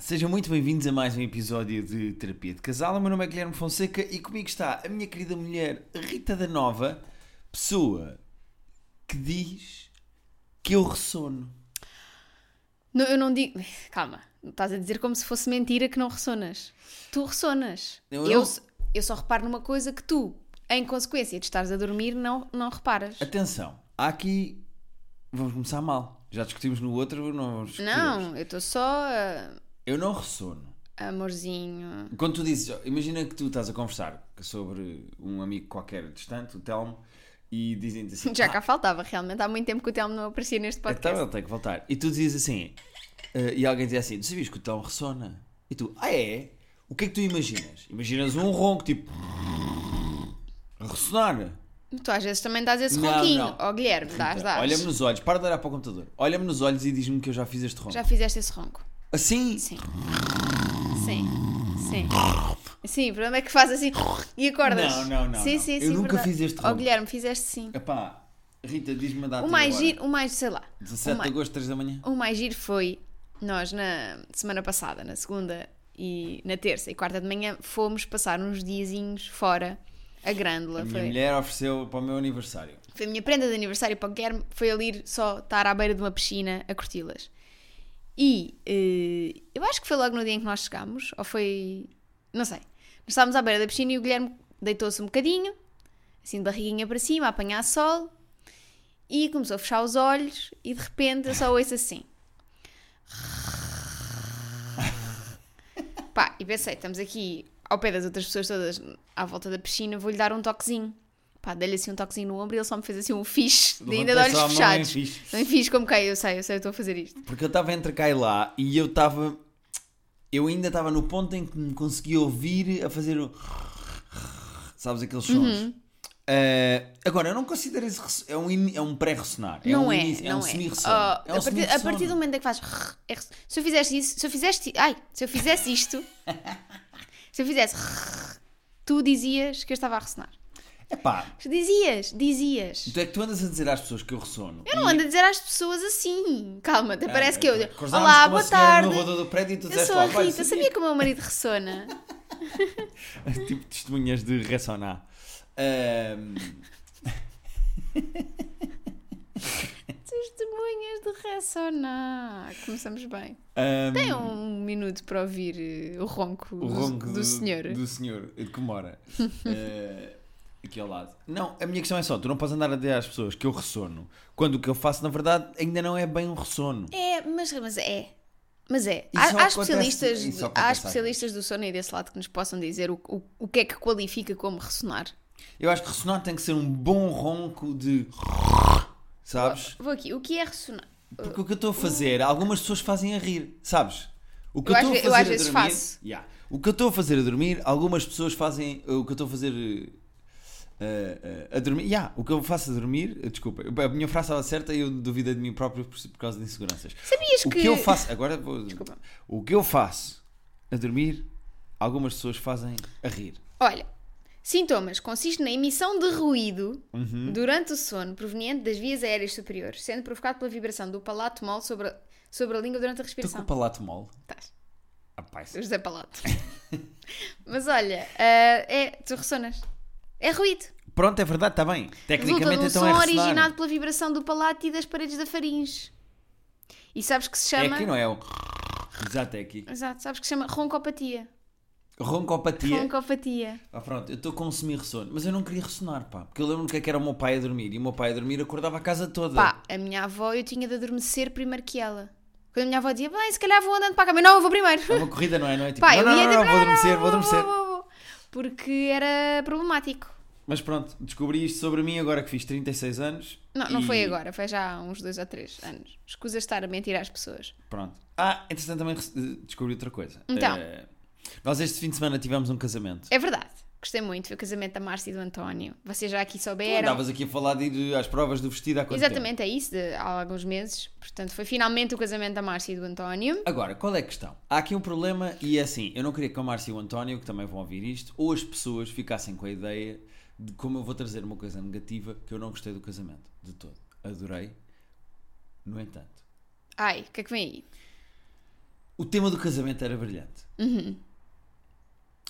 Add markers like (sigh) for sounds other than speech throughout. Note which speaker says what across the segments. Speaker 1: Sejam muito bem-vindos a mais um episódio de Terapia de Casal. O meu nome é Guilherme Fonseca e comigo está a minha querida mulher Rita da Nova, pessoa que diz que eu ressono.
Speaker 2: Não, eu não digo. (laughs) Calma, estás a dizer como se fosse mentira que não ressonas. Tu ressonas.
Speaker 1: Eu
Speaker 2: Eu,
Speaker 1: não-
Speaker 2: s- eu só reparo numa coisa que tu, em consequência de estares a dormir, não, não reparas.
Speaker 1: Atenção, há aqui vamos começar mal. Já discutimos no outro, não vamos discutir hoje.
Speaker 2: Não, eu estou só. ah,
Speaker 1: Eu não ressono.
Speaker 2: amorzinho. (laughs)
Speaker 1: Quando tu dizes, imagina que tu estás a conversar sobre um amigo qualquer distante, o Telmo, e dizem-te assim:
Speaker 2: (laughs) Já
Speaker 1: "Ah,
Speaker 2: cá faltava, realmente. Há muito tempo que o Telmo não aparecia neste
Speaker 1: Então
Speaker 2: podcast.
Speaker 1: ele tem que voltar. E tu dizes assim, eh, e alguém diz assim: Tu sabias que o Telmo ressona? E tu, ah é? O que é que tu imaginas? Imaginas um ronco tipo. a ressonar.
Speaker 2: Tu às vezes também dás esse
Speaker 1: Não,
Speaker 2: ronquinho.
Speaker 1: não.
Speaker 2: Oh, Guilherme, dás,
Speaker 1: Então,
Speaker 2: dás.
Speaker 1: Olha-me nos olhos, para de olhar para o computador. Olha-me nos olhos e diz-me que eu já fiz este ronco.
Speaker 2: Já fizeste esse ronco.
Speaker 1: Assim?
Speaker 2: Sim. Sim. Sim. Sim, o problema é que faz assim e acordas.
Speaker 1: Não, não, não,
Speaker 2: Sim,
Speaker 1: não.
Speaker 2: sim,
Speaker 1: Eu
Speaker 2: sim.
Speaker 1: nunca
Speaker 2: verdade.
Speaker 1: fiz este
Speaker 2: Oh,
Speaker 1: ronco.
Speaker 2: Guilherme, fizeste sim.
Speaker 1: Epá, Rita, diz-me a data.
Speaker 2: O mais
Speaker 1: agora.
Speaker 2: giro, o mais, sei lá. O
Speaker 1: 17 de
Speaker 2: mai-
Speaker 1: agosto, 3 da manhã.
Speaker 2: o mais giro foi nós na semana passada, na segunda e na terça e quarta de manhã, fomos passar uns diazinhos fora a Grândola.
Speaker 1: A minha
Speaker 2: foi,
Speaker 1: mulher ofereceu para o meu aniversário.
Speaker 2: foi a minha prenda de aniversário para o Guilherme, foi ali ir só estar à beira de uma piscina a curti-las. E eh, eu acho que foi logo no dia em que nós chegámos, ou foi. Não sei. Nós estávamos à beira da piscina e o Guilherme deitou-se um bocadinho, assim de barriguinha para cima, a apanhar sol, e começou a fechar os olhos, e de repente eu só ouço
Speaker 1: (laughs)
Speaker 2: assim. Pá, e pensei, estamos aqui ao pé das outras pessoas todas à volta da piscina, vou-lhe dar um toquezinho. Pá, dei-lhe assim um toquezinho no ombro e ele só me fez assim um fixe, ainda de
Speaker 1: Levantou só
Speaker 2: olhos
Speaker 1: a mão em
Speaker 2: fechados.
Speaker 1: fixe.
Speaker 2: Não fiz como cai, eu sei, eu sei, eu estou a fazer isto.
Speaker 1: Porque eu estava entre cá e lá e eu estava. Eu ainda estava no ponto em que me conseguia ouvir a fazer o. Sabes aqueles sons?
Speaker 2: Uhum.
Speaker 1: Eh, agora, eu não considero isso. resso- É um, ini- é um pré-ressonar.
Speaker 2: não
Speaker 1: um
Speaker 2: é,
Speaker 1: início-
Speaker 2: não
Speaker 1: um
Speaker 2: é.
Speaker 1: semi-ressono.
Speaker 2: Oh,
Speaker 1: é um
Speaker 2: a, partir, a
Speaker 1: semi-ressono.
Speaker 2: partir do momento em que faz. é res- Se eu fizesse isso, se eu fizesse. Ai, se eu fizesse isto.
Speaker 1: (laughs)
Speaker 2: se eu fizesse. Tu dizias que eu estava a ressonar.
Speaker 1: Epá,
Speaker 2: Dizias, dizias.
Speaker 1: tu é que tu andas a dizer às pessoas que eu ressono.
Speaker 2: Eu não ando a dizer às pessoas assim. Calma, até parece que eu.
Speaker 1: Cruzámos
Speaker 2: Olá,
Speaker 1: É, com uma
Speaker 2: boa
Speaker 1: senhora
Speaker 2: tarde.
Speaker 1: No elevador do prédio e tu
Speaker 2: Eu
Speaker 1: disseste
Speaker 2: sou
Speaker 1: lá,
Speaker 2: a
Speaker 1: "Olha,
Speaker 2: Rita.
Speaker 1: sabia
Speaker 2: Sabia que o meu
Speaker 1: (laughs)
Speaker 2: marido ressona?
Speaker 1: tipo testemunhas de ressonar. Ahm,
Speaker 2: Testemunhas de ressonar. Começamos bem.
Speaker 1: ahm,
Speaker 2: Tem um minuto para ouvir eh, o ronco,
Speaker 1: Hum. o
Speaker 2: do,
Speaker 1: ronco
Speaker 2: do senhor.
Speaker 1: Do senhor, eh, que mora (laughs) eh, aqui ao lado. Não, a minha questão é só: tu não podes andar a dizer às pessoas que eu ressono, quando o que eu faço, na verdade, ainda não é bem um ressono.
Speaker 2: É, mas, mas é. Mas é.
Speaker 1: E
Speaker 2: Há,
Speaker 1: só
Speaker 2: há
Speaker 1: acontece-
Speaker 2: especialistas,
Speaker 1: e só acontece
Speaker 2: há
Speaker 1: às
Speaker 2: especialistas do sono e desse lado que nos possam dizer o, o, o que é que qualifica como ressonar.
Speaker 1: Eu acho que ressonar tem que ser um bom ronco de. Sabes?
Speaker 2: Vou aqui. O que é ressonar?
Speaker 1: Porque o que eu estou a fazer, algumas pessoas fazem a rir, sabes? O que
Speaker 2: Eu
Speaker 1: eu
Speaker 2: às
Speaker 1: estou a
Speaker 2: ve- eu
Speaker 1: fazer
Speaker 2: às
Speaker 1: a
Speaker 2: vezes
Speaker 1: dormir.
Speaker 2: faço.
Speaker 1: Yeah. O que eu estou a fazer a dormir, algumas pessoas fazem. O que eu estou a fazer. eh, eh, eh, a dormir. Yeah, o que eu faço a dormir. eh, Desculpa, a minha frase estava certa e eu duvidei de mim próprio por, por causa de inseguranças.
Speaker 2: Sabias
Speaker 1: O
Speaker 2: que.
Speaker 1: que eu faço. Agora vou.
Speaker 2: Desculpa.
Speaker 1: O que eu faço a dormir, algumas pessoas fazem a rir.
Speaker 2: Olha, sintomas consiste na emissão de ruído
Speaker 1: Uhum.
Speaker 2: durante o sono proveniente das vias aéreas superiores, sendo provocado pela vibração do palato mole sobre a, sobre a língua durante a
Speaker 1: Estou com o
Speaker 2: respiração.
Speaker 1: palato mole.
Speaker 2: Estás.
Speaker 1: Rapaz.
Speaker 2: O José Palato. (laughs) mas olha, ah, é, tu ressonas. É ruído.
Speaker 1: Pronto, é verdade, está bem.
Speaker 2: Resulta de
Speaker 1: Tecnicamente
Speaker 2: um
Speaker 1: então
Speaker 2: som
Speaker 1: é ressonar.
Speaker 2: originado pela vibração do palato e das paredes da faringe. E sabes que se
Speaker 1: É
Speaker 2: chama.
Speaker 1: aqui, não é? o- (laughs) Exato, é aqui.
Speaker 2: Exato, sabes que se chama roncopatia.
Speaker 1: Roncopatia.
Speaker 2: Roncopatia.
Speaker 1: Ah, pronto, eu estou com um semi-ressono, mas eu não queria ressonar, pá. Porque eu lembro-me que é que era o meu pai a dormir. E o meu pai a dormir acordava a casa toda.
Speaker 2: Pá, a minha avó eu tinha de adormecer primeiro que ela. Quando a minha avó dizia, bem, se calhar vou andando para a cama. Eu, Não, eu vou primeiro.
Speaker 1: É uma corrida, não é? Não é tipo,
Speaker 2: (laughs) Pá,
Speaker 1: não,
Speaker 2: eu
Speaker 1: não,
Speaker 2: ia
Speaker 1: não,
Speaker 2: dizer,
Speaker 1: não, vou adormecer, vou
Speaker 2: vou,
Speaker 1: adormecer.
Speaker 2: vou, vou. Porque era problemático.
Speaker 1: Mas pronto, descobri isto sobre mim agora que fiz 36 anos.
Speaker 2: Não, não
Speaker 1: e-
Speaker 2: foi agora, foi já há uns dois ou três anos. Escusa estar a mentir às pessoas.
Speaker 1: Pronto. Ah, entretanto também res- eh, descobri outra coisa.
Speaker 2: Então.
Speaker 1: Eh, nós este fim de semana tivemos um casamento.
Speaker 2: É verdade. Gostei muito. Foi o casamento da Márcia e do António. Vocês já aqui
Speaker 1: Tu
Speaker 2: souberam.
Speaker 1: andavas aqui a falar de ir às provas do vestido há quanto tempo?
Speaker 2: Exatamente, é isso, de- há alguns meses. Portanto, foi finalmente o casamento da Márcia e do António.
Speaker 1: Agora, qual é a questão? Há aqui um problema e é assim, eu não queria que a Márcia e o António, que também vão ouvir isto, ou as pessoas ficassem com a ideia de como eu vou trazer uma coisa negativa que eu não gostei do casamento, de todo. Adorei. No entanto,
Speaker 2: Ai, o que é que vem aí?
Speaker 1: O tema do casamento era brilhante.
Speaker 2: Uhum.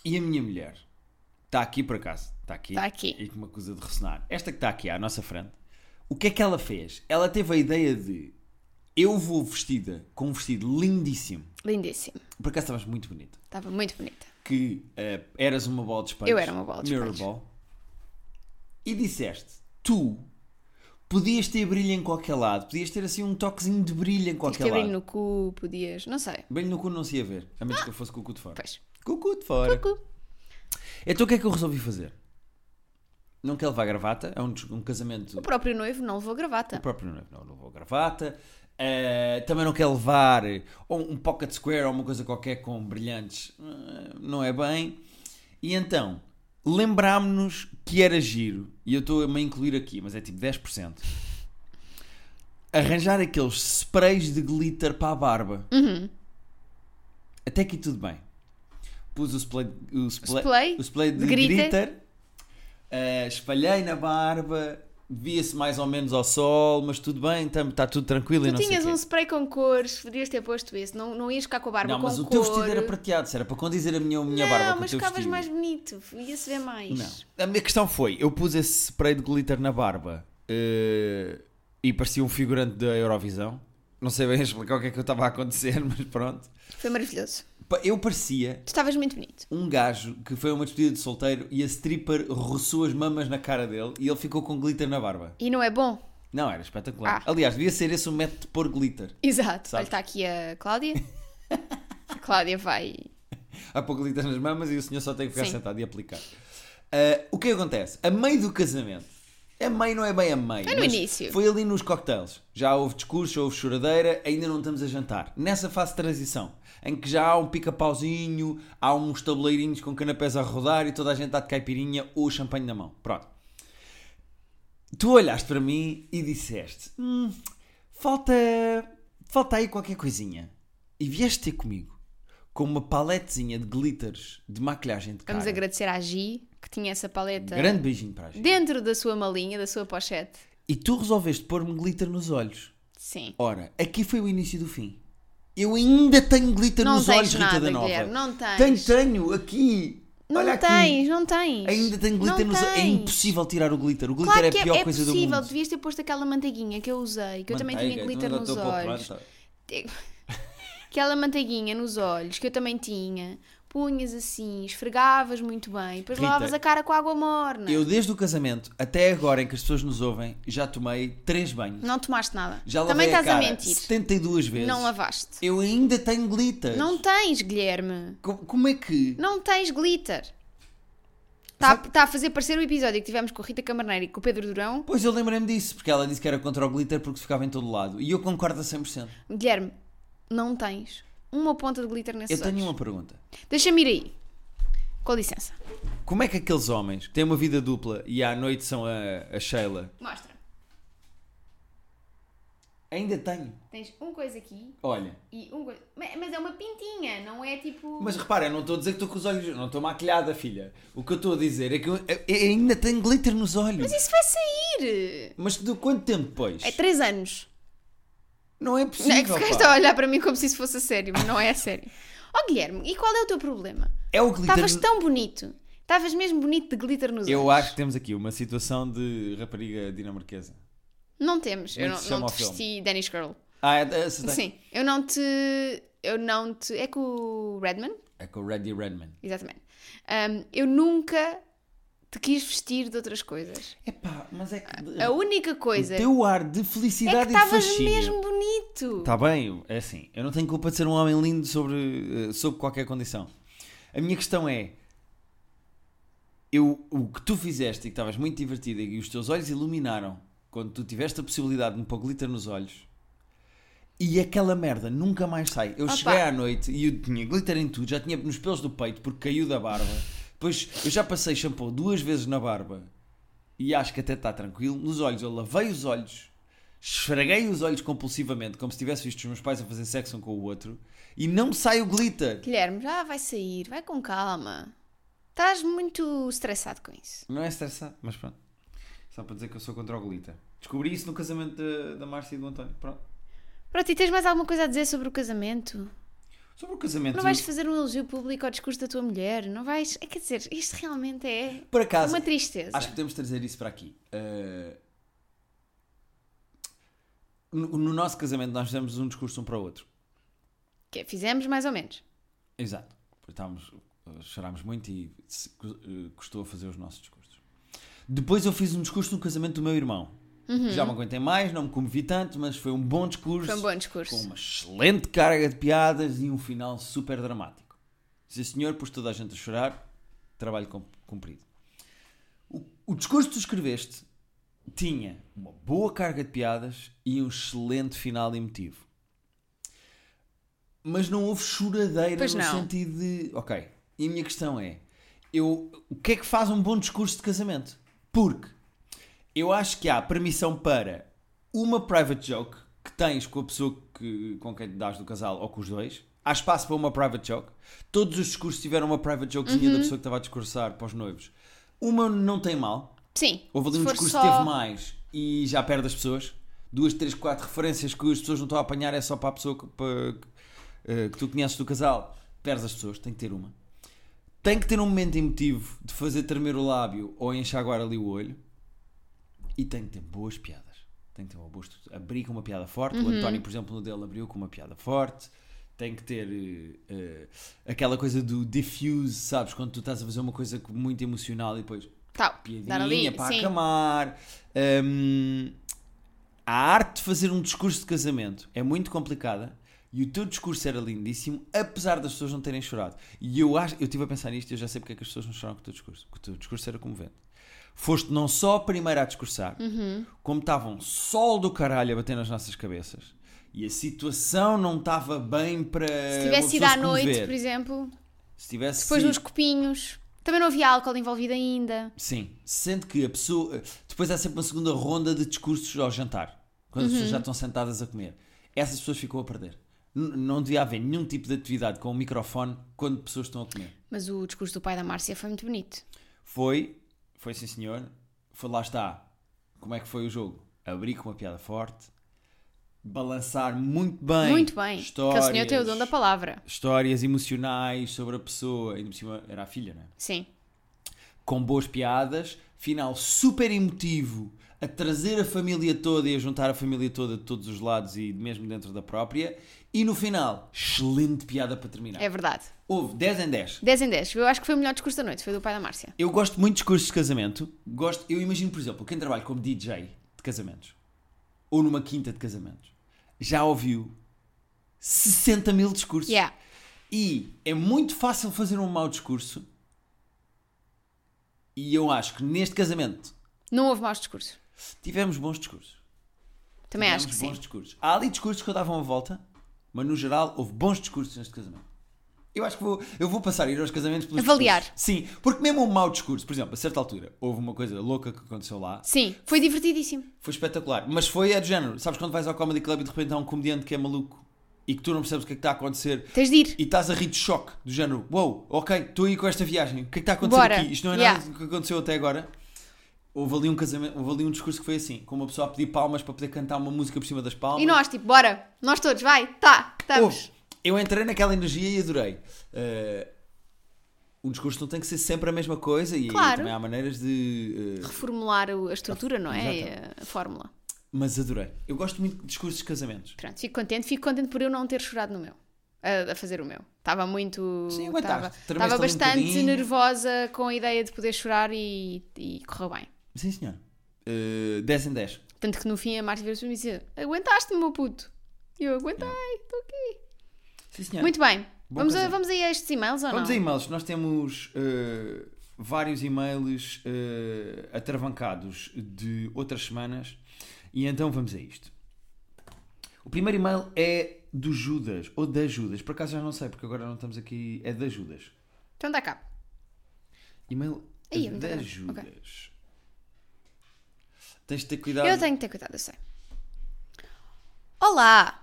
Speaker 1: E a minha mulher está aqui por acaso. Está aqui.
Speaker 2: Está aqui.
Speaker 1: E com uma coisa de ressonar. Esta que está aqui à nossa frente. O que é que ela fez? Ela teve a ideia de eu vou vestida com um vestido lindíssimo.
Speaker 2: Lindíssimo.
Speaker 1: Por acaso estavas muito bonita.
Speaker 2: Estava muito bonita.
Speaker 1: Que eh, eras uma bola de espelhos.
Speaker 2: Eu era uma bola de
Speaker 1: mirror
Speaker 2: espelhos.
Speaker 1: ball. E disseste, tu podias ter brilho em qualquer lado. Podias ter assim um toquezinho de brilho em qualquer
Speaker 2: Tinha
Speaker 1: lado.
Speaker 2: brilho no cu, podias. Não sei.
Speaker 1: Bem no cu não se ia ver, a menos que eu fosse com o cu de fora.
Speaker 2: Pois.
Speaker 1: Com o cu de fora.
Speaker 2: Cu.
Speaker 1: Então o que é que eu resolvi fazer? Não quero levar gravata, é um, des- um casamento
Speaker 2: O próprio noivo não levou gravata.
Speaker 1: próprio, não, não levou gravata. eh, também não quer levar ou um pocket square ou uma coisa qualquer com brilhantes, eh, não é bem. E então, lembrámos-nos que era giro, e eu estou-me a incluir aqui, mas é tipo 10%. Arranjar aqueles sprays de glitter para a barba.
Speaker 2: Uhum.
Speaker 1: Até aqui tudo bem. Pus o spray, o spray,
Speaker 2: Spray
Speaker 1: o spray de,
Speaker 2: de glitter.
Speaker 1: glitter Uh, espalhei na barba, via-se mais ou menos ao sol, mas tudo bem, está tudo tranquilo e
Speaker 2: Tu
Speaker 1: não
Speaker 2: tinhas
Speaker 1: sei
Speaker 2: um
Speaker 1: o quê.
Speaker 2: spray com cores, podias ter posto isso. Não, não ias ficar com a barba
Speaker 1: Não,
Speaker 2: com
Speaker 1: mas o
Speaker 2: cor.
Speaker 1: teu vestido era prateado, se era para condizer a minha, a minha
Speaker 2: não,
Speaker 1: barba com o
Speaker 2: mas
Speaker 1: teu
Speaker 2: ficavas
Speaker 1: vestido.
Speaker 2: mais bonito. Ia-se ver mais.
Speaker 1: Não. A minha questão foi, eu pus esse spray de glitter na barba eh, e parecia um figurante da Eurovisão. Não sei bem (laughs) explicar o que é que eu estava a acontecer, (laughs) mas pronto.
Speaker 2: Foi maravilhoso.
Speaker 1: Pa- Eu parecia
Speaker 2: Tu estavas muito bonito.
Speaker 1: um gajo que foi a uma despedida de solteiro e a stripper roçou as mamas na cara dele e ele ficou com glitter na barba.
Speaker 2: E não é bom? (laughs)
Speaker 1: Não, era espetacular.
Speaker 2: Ah.
Speaker 1: Aliás, devia ser esse o método de pôr glitter.
Speaker 2: Exato.
Speaker 1: Sabes?
Speaker 2: Olha, está aqui a
Speaker 1: (laughs)
Speaker 2: Cláudia. a Cláudia vai.
Speaker 1: Há pouco glitter nas mamas e o senhor só tem que ficar
Speaker 2: Sim.
Speaker 1: sentado e aplicar. Ah, o que é que acontece? A meio do casamento, a meio não é bem a meio.
Speaker 2: É no
Speaker 1: mas
Speaker 2: início.
Speaker 1: Foi ali nos cocktails. Já houve discurso, houve choradeira, ainda não estamos a jantar. Nessa fase de transição, em que já há um pica-pauzinho, há uns tabuleirinhos com canapés a rodar e toda a gente está de caipirinha ou champanhe na mão. Pronto. Tu olhaste para mim e disseste: "Hum, falta, falta aí qualquer coisinha. E vieste ter comigo com uma paletezinha de glitters de maquilhagem de cara.
Speaker 2: Vamos agradecer à Gi, que tinha essa paleta
Speaker 1: Grande beijinho para a gente.
Speaker 2: dentro da sua malinha, da sua pochete.
Speaker 1: E tu resolveste pôr-me glitter nos olhos.
Speaker 2: Sim.
Speaker 1: Ora, aqui foi o início do fim. Eu ainda tenho glitter
Speaker 2: Não
Speaker 1: nos
Speaker 2: tens
Speaker 1: olhos, Rita
Speaker 2: nada,
Speaker 1: da Nova.
Speaker 2: Guilherme, não tens.
Speaker 1: Tenho, tenho, aqui.
Speaker 2: Não
Speaker 1: Olha aqui.
Speaker 2: tens, não tens.
Speaker 1: Ainda tenho glitter
Speaker 2: Não
Speaker 1: nos olhos. É
Speaker 2: tens.
Speaker 1: impossível tirar o glitter. O glitter
Speaker 2: Claro
Speaker 1: é a
Speaker 2: que é,
Speaker 1: pior
Speaker 2: é
Speaker 1: coisa
Speaker 2: possível,
Speaker 1: do mundo.
Speaker 2: devias ter posto aquela manteiguinha que eu usei, que eu também tinha
Speaker 1: Manteiga, então
Speaker 2: glitter
Speaker 1: não
Speaker 2: nos
Speaker 1: dou para a
Speaker 2: olhos.
Speaker 1: planta.
Speaker 2: Aquela manteiguinha nos olhos que eu também tinha, punhas assim, esfregavas muito bem, depois
Speaker 1: Rita,
Speaker 2: lavavas a cara com água morna.
Speaker 1: Eu, desde o casamento até agora em que as pessoas nos ouvem, já tomei três banhos.
Speaker 2: Não tomaste nada.
Speaker 1: Já lavei
Speaker 2: também
Speaker 1: a
Speaker 2: estás
Speaker 1: cara
Speaker 2: a mentir.
Speaker 1: 72 vezes.
Speaker 2: Não lavaste.
Speaker 1: Eu ainda tenho glitter.
Speaker 2: Não tens, Guilherme.
Speaker 1: Co- Como é que.
Speaker 2: Não tens glitter. Está a, tá a fazer parecer o episódio que tivemos com a Rita Camarneira e com o Pedro Durão.
Speaker 1: Pois eu lembrei-me disso, porque ela disse que era contra o glitter porque ficava em todo lado. E eu concordo a 100%.
Speaker 2: Guilherme, não tens uma ponta de glitter nesses
Speaker 1: Eu tenho
Speaker 2: olhos.
Speaker 1: uma pergunta.
Speaker 2: Deixa-me ir aí. Com licença.
Speaker 1: Como é que aqueles homens que têm uma vida dupla e à noite são a, a Sheila?
Speaker 2: Mostra.
Speaker 1: Ainda tenho.
Speaker 2: Tens um coisa aqui
Speaker 1: Olha.
Speaker 2: e um coisa. Mas mas é uma pintinha, não é tipo.
Speaker 1: Mas repara, eu não estou a dizer que estou com os olhos. Não estou maquilhada, filha. O que eu estou a dizer é que eu, eu- eu ainda tenho glitter nos olhos.
Speaker 2: Mas isso vai sair!
Speaker 1: Mas de quanto tempo depois?
Speaker 2: É 3 anos.
Speaker 1: Não é
Speaker 2: não
Speaker 1: possível.
Speaker 2: é que ficaste
Speaker 1: pá.
Speaker 2: a olhar para mim como se isso fosse a sério, mas não é a sério. Oh Guilherme, e qual é o teu problema?
Speaker 1: É o glitter.
Speaker 2: Estavas tão bonito. Estavas mesmo bonito de glitter nos
Speaker 1: Eu
Speaker 2: olhos.
Speaker 1: acho que temos aqui uma situação de rapariga dinamarquesa.
Speaker 2: Não temos. Eu
Speaker 1: Como é
Speaker 2: não,
Speaker 1: que se chama
Speaker 2: não
Speaker 1: o
Speaker 2: te
Speaker 1: filme?
Speaker 2: vesti Danish Girl.
Speaker 1: Ah, é, é, se tem.
Speaker 2: Sim. Eu não te. Eu não te. É com o Redman?
Speaker 1: É com o Reddy Redman.
Speaker 2: Exatamente. Ahm, eu nunca te quis vestir de outras coisas.
Speaker 1: Epá, mas é que.
Speaker 2: A única coisa
Speaker 1: O teu ar de
Speaker 2: é
Speaker 1: felicidade
Speaker 2: que
Speaker 1: e de
Speaker 2: estavas
Speaker 1: fascínio.
Speaker 2: mesmo bonito.
Speaker 1: Está bem, é assim. Eu não tenho culpa de ser um homem lindo sobre, eh, sob qualquer condição. A minha questão é. Eu, o que tu fizeste e que estavas muito divertida e os teus olhos iluminaram quando tu tiveste a possibilidade de me pôr glitter nos olhos e aquela merda nunca mais sai. Eu
Speaker 2: Opa.
Speaker 1: cheguei à noite e eu tinha glitter em tudo, já tinha nos pelos do peito porque caiu da barba. Depois eu já passei shampoo duas vezes na barba e acho que até está tranquilo. Nos olhos, eu lavei os olhos, esfreguei os olhos compulsivamente, como se tivesse visto os meus pais a fazer sexo um com o outro, e não sai o glitter.
Speaker 2: Guilherme, já vai sair, vai com calma. Estás muito estressado com isso.
Speaker 1: Não é estressado, mas pronto. Só para dizer que eu sou contra o glitter. Descobri isso no casamento da, da Márcia e do António. Pronto.
Speaker 2: Pronto, e tens mais alguma coisa a dizer sobre o casamento?
Speaker 1: Sobre o casamento.
Speaker 2: Não vais fazer um elogio público ao discurso da tua mulher, não vais. É, quer dizer, isto realmente é
Speaker 1: Por acaso,
Speaker 2: uma tristeza.
Speaker 1: acho que podemos trazer isso para aqui. Eh, no, no nosso casamento, nós fizemos um discurso um para o outro.
Speaker 2: Que é, fizemos mais ou menos.
Speaker 1: Exato. Porque Estávamos, eh, chorámos muito e se- cu- eh, custou a fazer os nossos discursos. Depois eu fiz um discurso no casamento do meu irmão. que Já me aguentei mais, não me comovi tanto, mas foi um bom discurso.
Speaker 2: Uhum. Foi um bom
Speaker 1: Com
Speaker 2: discurso.
Speaker 1: uma excelente carga de piadas e um final super dramático. Sim senhor, pôs toda a gente a chorar, trabalho cum- cumprido. O, o discurso que tu escreveste tinha uma boa carga de piadas e um excelente final emotivo. Mas não houve choradeira
Speaker 2: Pois
Speaker 1: no
Speaker 2: não.
Speaker 1: sentido de. Ok. E a minha questão é: eu, o que é que faz um bom discurso de casamento? Porque eu acho que há permissão para uma private joke que tens com a pessoa que, com quem te dás do casal ou com os dois. Há espaço para uma private joke. Todos os discursos tiveram uma private jokezinha
Speaker 2: Uhum.
Speaker 1: da pessoa que estava a discursar para os noivos. Uma não tem mal.
Speaker 2: Sim.
Speaker 1: Houve ali
Speaker 2: se
Speaker 1: um
Speaker 2: for
Speaker 1: discurso
Speaker 2: só-
Speaker 1: que teve mais e já perde as pessoas. Duas, três, quatro referências que as pessoas não estão a apanhar é só para a pessoa que, para- que, eh, que tu conheces do casal. Perdes as pessoas, tem que ter uma. Tem que ter um momento emotivo de fazer tremer o lábio ou enxaguar ali o olho. E tem que ter boas piadas. Tem que ter uma boa estrutura. Abrir com uma piada forte.
Speaker 2: Uhum.
Speaker 1: O António, por exemplo, no dele abriu com uma piada forte. Tem que ter eh, eh, aquela coisa do diffuse, sabes? Quando tu estás a fazer uma coisa muito emocional e depois
Speaker 2: Tal.
Speaker 1: piadinha
Speaker 2: Dar ali.
Speaker 1: para
Speaker 2: sim.
Speaker 1: acamar. Hum, a arte de fazer um discurso de casamento é muito complicada e o teu discurso era lindíssimo, apesar das pessoas não terem chorado. E eu acho, eu estive a pensar nisto e eu já sei porque é que as pessoas não choraram com o teu discurso, porque o teu discurso era comovente. Foste não só a primeira a discursar,
Speaker 2: Uhum.
Speaker 1: como estava um sol do caralho a bater nas nossas cabeças. E a situação não estava bem para.
Speaker 2: Se
Speaker 1: uma
Speaker 2: tivesse
Speaker 1: pessoa
Speaker 2: ido à
Speaker 1: se
Speaker 2: noite,
Speaker 1: comover.
Speaker 2: por exemplo,
Speaker 1: Se tivesse
Speaker 2: depois
Speaker 1: sido-
Speaker 2: uns copinhos. Também não havia álcool envolvido ainda.
Speaker 1: Sim, sendo que a pessoa. Depois há sempre uma segunda ronda de discursos ao jantar, quando as
Speaker 2: Uhum.
Speaker 1: pessoas já estão sentadas a comer. Essas pessoas ficam a perder. N- não devia haver nenhum tipo de atividade com o microfone quando pessoas estão a comer.
Speaker 2: Mas o discurso do pai da Márcia foi muito bonito.
Speaker 1: Foi, foi sim senhor, foi lá está. Como é que foi o jogo? Abrir com uma piada forte, balançar muito bem.
Speaker 2: muito bem. Aquele senhor tem o dom da
Speaker 1: histórias-
Speaker 2: palavra.
Speaker 1: Histórias emocionais sobre a pessoa, ainda por cima era a filha, não é?
Speaker 2: Sim.
Speaker 1: com boas piadas, final super emotivo, a trazer a família toda e a juntar a família toda de todos os lados e mesmo dentro da própria, e no final, excelente piada para terminar.
Speaker 2: É verdade.
Speaker 1: Houve 10 em 10.
Speaker 2: 10 em 10. Eu acho que foi o melhor discurso da noite. Foi do pai da Márcia.
Speaker 1: Eu gosto muito de discursos de casamento. Gosto, eu imagino, por exemplo, quem trabalha como DJ de casamentos ou numa quinta de casamentos já ouviu 60 mil discursos.
Speaker 2: Yeah.
Speaker 1: E é muito fácil fazer um mau discurso. E eu acho que neste casamento
Speaker 2: Não houve maus discursos.
Speaker 1: Tivemos bons discursos.
Speaker 2: Também
Speaker 1: Tivemos
Speaker 2: acho que
Speaker 1: bons
Speaker 2: sim.
Speaker 1: discursos. Há ali discursos que eu dava uma volta, mas no geral houve bons discursos neste casamento. Eu acho que vou, eu vou passar a ir aos casamentos pelos
Speaker 2: Avaliar.
Speaker 1: discursos. Sim, porque mesmo um mau discurso, por exemplo, a certa altura, houve uma coisa louca que aconteceu lá,
Speaker 2: Sim, foi divertidíssimo.
Speaker 1: foi espetacular, mas foi é do género. Sabes quando vais ao Comedy Club e de repente há um comediante que é maluco e que tu não percebes o que é que está a acontecer
Speaker 2: Tens de ir.
Speaker 1: e estás a rir de choque, do género, uou, ok, estou aí com esta viagem, o que é que está a acontecer
Speaker 2: Bora.
Speaker 1: aqui? Isto não é
Speaker 2: Yeah.
Speaker 1: nada do que aconteceu até agora. Houve ali um casamento, houve ali um discurso que foi assim, com uma pessoa a pedir palmas para poder cantar uma música por cima das palmas.
Speaker 2: E nós, tipo, bora. Nós todos, vai. Tá, estamos.
Speaker 1: Houve. Eu entrei naquela energia e adorei. Eh, um discurso não tem que ser sempre a mesma coisa e
Speaker 2: Claro.
Speaker 1: também há maneiras de. eh,
Speaker 2: Reformular o- a estrutura, não é?
Speaker 1: Exato.
Speaker 2: A fórmula.
Speaker 1: mas adorei. Eu gosto muito de discursos de casamentos.
Speaker 2: Pronto, fico contente. Fico contente por eu não ter chorado no meu. A, a fazer o meu. Estava muito.
Speaker 1: Sim, aguentaste.
Speaker 2: estava-
Speaker 1: Tremeste
Speaker 2: Estava
Speaker 1: ali um
Speaker 2: bastante
Speaker 1: bocadinho.
Speaker 2: nervosa com a ideia de poder chorar e, e correu bem.
Speaker 1: Sim, senhor. Eh, 10 em 10.
Speaker 2: Tanto que no fim a Marta virou-se para mim e disse: Aguentaste-me, meu puto. E eu aguentei,
Speaker 1: É.
Speaker 2: estou aqui.
Speaker 1: Sim, senhor.
Speaker 2: Muito bem.
Speaker 1: Bom
Speaker 2: Vamos, a,
Speaker 1: casal.
Speaker 2: vamos aí a estes e-mails ou
Speaker 1: É. Vamos
Speaker 2: não?
Speaker 1: a e-mails. Nós temos eh, vários e-mails eh, atravancados de outras semanas e então vamos a isto. O primeiro e-mail é do Judas ou da Judas. Por acaso já não sei, porque agora não estamos aqui. É da Judas.
Speaker 2: Então dá cá.
Speaker 1: E-mail
Speaker 2: Ih, eu não
Speaker 1: da
Speaker 2: tenho.
Speaker 1: Judas.
Speaker 2: Ok.
Speaker 1: Tens de ter cuidado.
Speaker 2: Eu tenho que ter cuidado, eu sei. Olá!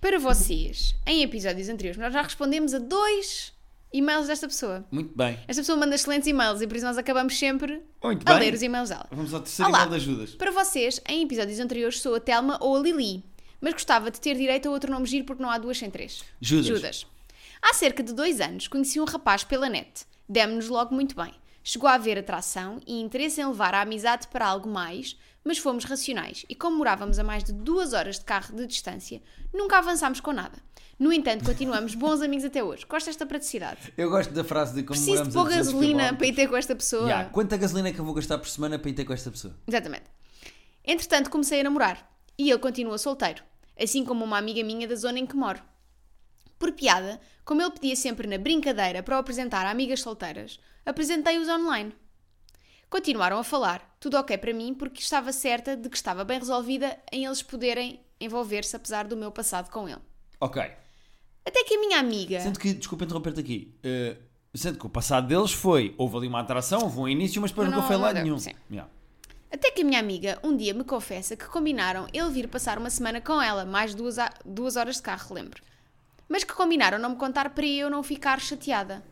Speaker 2: Para vocês, em episódios anteriores, nós já respondemos a dois e-mails desta pessoa.
Speaker 1: Muito bem.
Speaker 2: Esta pessoa manda excelentes e-mails e por isso nós acabamos sempre
Speaker 1: Muito
Speaker 2: a
Speaker 1: bem.
Speaker 2: ler os e-mails dela.
Speaker 1: Vamos ao terceiro
Speaker 2: Olá.
Speaker 1: e-mail da Judas.
Speaker 2: Para vocês, em episódios anteriores, sou a Telma ou a Lili. Mas gostava de ter direito a outro nome giro porque não há duas sem três.
Speaker 1: Judas.
Speaker 2: Judas. Há cerca de dois anos conheci um rapaz pela net. Demos-nos logo muito bem. Chegou a haver atração e interesse em levar a amizade para algo mais, mas fomos racionais e, como morávamos a mais de duas horas de carro de distância, nunca avançámos com nada. No entanto, continuamos bons amigos até hoje. Gosto desta praticidade.
Speaker 1: Eu gosto da frase de como
Speaker 2: Preciso de
Speaker 1: moramos a
Speaker 2: pôr
Speaker 1: 200
Speaker 2: gasolina
Speaker 1: quilómetros.
Speaker 2: para ir ter com esta pessoa.
Speaker 1: Ya, Quanta gasolina é que eu vou gastar por semana para ir ter com esta pessoa?
Speaker 2: Exatamente. Entretanto, comecei a namorar e ele continua solteiro, assim como uma amiga minha da zona em que moro. Por piada, como ele pedia sempre na brincadeira para o apresentar a amigas solteiras, apresentei-os online. Continuaram a falar, tudo ok para mim, porque estava certa de que estava bem resolvida em eles poderem envolver-se apesar do meu passado com ele.
Speaker 1: Ok.
Speaker 2: Até que a minha amiga.
Speaker 1: Sendo que, desculpa interromper-te aqui, eh, sendo que o passado deles foi, houve ali uma atração, houve um início, mas depois
Speaker 2: Mas
Speaker 1: nunca foi
Speaker 2: não-
Speaker 1: lá
Speaker 2: não deu,
Speaker 1: nenhum.
Speaker 2: sim.
Speaker 1: Ya.
Speaker 2: Até que a minha amiga um dia me confessa que combinaram ele vir passar uma semana com ela, mais duas, a- duas horas de carro, lembro. Mas que combinaram não me contar para eu não ficar chateada.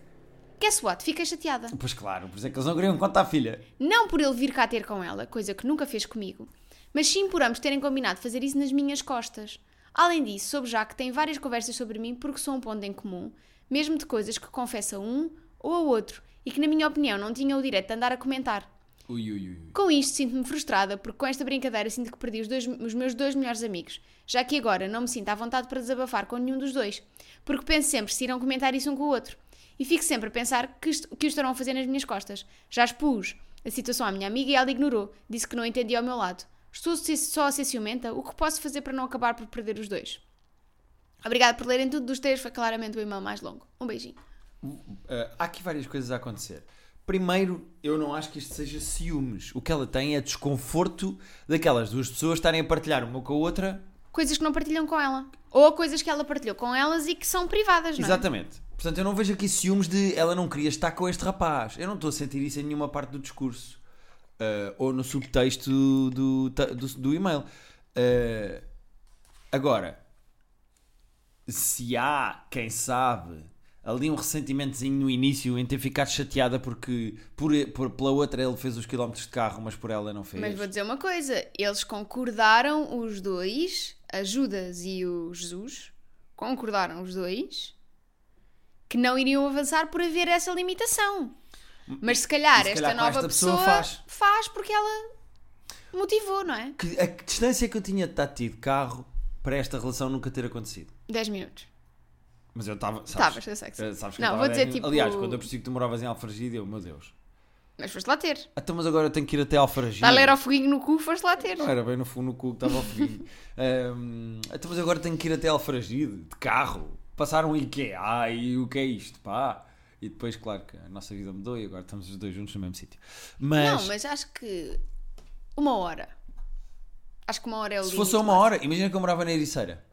Speaker 2: Guess what? Fiquei chateada.
Speaker 1: Pois claro, por isso é que eles não queriam contar a filha.
Speaker 2: Não por ele vir cá ter com ela, coisa que nunca fez comigo, mas sim por ambos terem combinado fazer isso nas minhas costas. Além disso, soube já que tem várias conversas sobre mim porque sou um ponto em comum, mesmo de coisas que confessa um ou ao outro e que, na minha opinião, não tinha o direito de andar a comentar.
Speaker 1: Ui, ui, ui.
Speaker 2: Com isto sinto-me frustrada, porque com esta brincadeira sinto que perdi os, dois- os meus dois melhores amigos, já que agora não me sinto à vontade para desabafar com nenhum dos dois, porque penso sempre se irão comentar isso um com o outro. E fico sempre a pensar que, est- que o estarão a fazer nas minhas costas. Já expus a situação à minha amiga e ela ignorou, disse que não entendia ao meu lado. Estou a ser- só a ser ciumenta, o que posso fazer para não acabar por perder os dois? Obrigada por lerem tudo dos três, foi claramente o e-mail mais longo. Um beijinho.
Speaker 1: Uh, há aqui várias coisas a acontecer. Primeiro, eu não acho que isto seja ciúmes. O que ela tem é desconforto daquelas duas pessoas estarem a partilhar uma com a outra.
Speaker 2: Coisas que não partilham com ela. Ou coisas que ela partilhou com elas e que são privadas, não é?
Speaker 1: Exatamente. Portanto, eu não vejo aqui ciúmes de ela não queria estar com este rapaz. Eu não estou a sentir isso em nenhuma parte do discurso. Uh, ou no subtexto do, ta- do, do e-mail. Uh, agora, se há, quem sabe, ali um ressentimentozinho no início em ter ficado chateada porque por, por- pela outra ele fez os quilómetros de carro, mas por ela não fez.
Speaker 2: Mas vou dizer uma coisa: eles concordaram os dois, a Judas e o Jesus, concordaram os dois que não iriam avançar por haver essa limitação. Mas se calhar,
Speaker 1: E se
Speaker 2: esta
Speaker 1: calhar com
Speaker 2: nova
Speaker 1: esta pessoa
Speaker 2: pessoa,
Speaker 1: faz.
Speaker 2: faz. porque ela motivou, não é?
Speaker 1: Que- a que distância que eu tinha de estar tido de carro para esta relação nunca ter acontecido?
Speaker 2: 10 minutos. Tá,
Speaker 1: Mas eu estava.
Speaker 2: Estavas, eu sei que sim.
Speaker 1: Eh, sabes que
Speaker 2: Não,
Speaker 1: eu tava
Speaker 2: vou dizer
Speaker 1: bem-
Speaker 2: tipo.
Speaker 1: Aliás, quando eu percebi que tu moravas em Alfargide, eu, meu Deus.
Speaker 2: Mas foste lá ter.
Speaker 1: Então, mas agora eu tenho que ir até Alfargide.
Speaker 2: Está a ler ao foguinho no cu, foste lá ter.
Speaker 1: Não é era bem no fundo no cu que estava ao
Speaker 2: (laughs)
Speaker 1: foguinho. Ahm, então, mas agora tenho que ir até Alfargide, de carro. Passar um IKEA e o que é isto, pá. E depois, claro que a nossa vida mudou e agora estamos os dois juntos no mesmo sítio. Mas,
Speaker 2: Não, mas acho que. Uma hora. Acho que uma hora é o
Speaker 1: se
Speaker 2: limite.
Speaker 1: fosse uma hora, imagina que eu morava na Ericeira.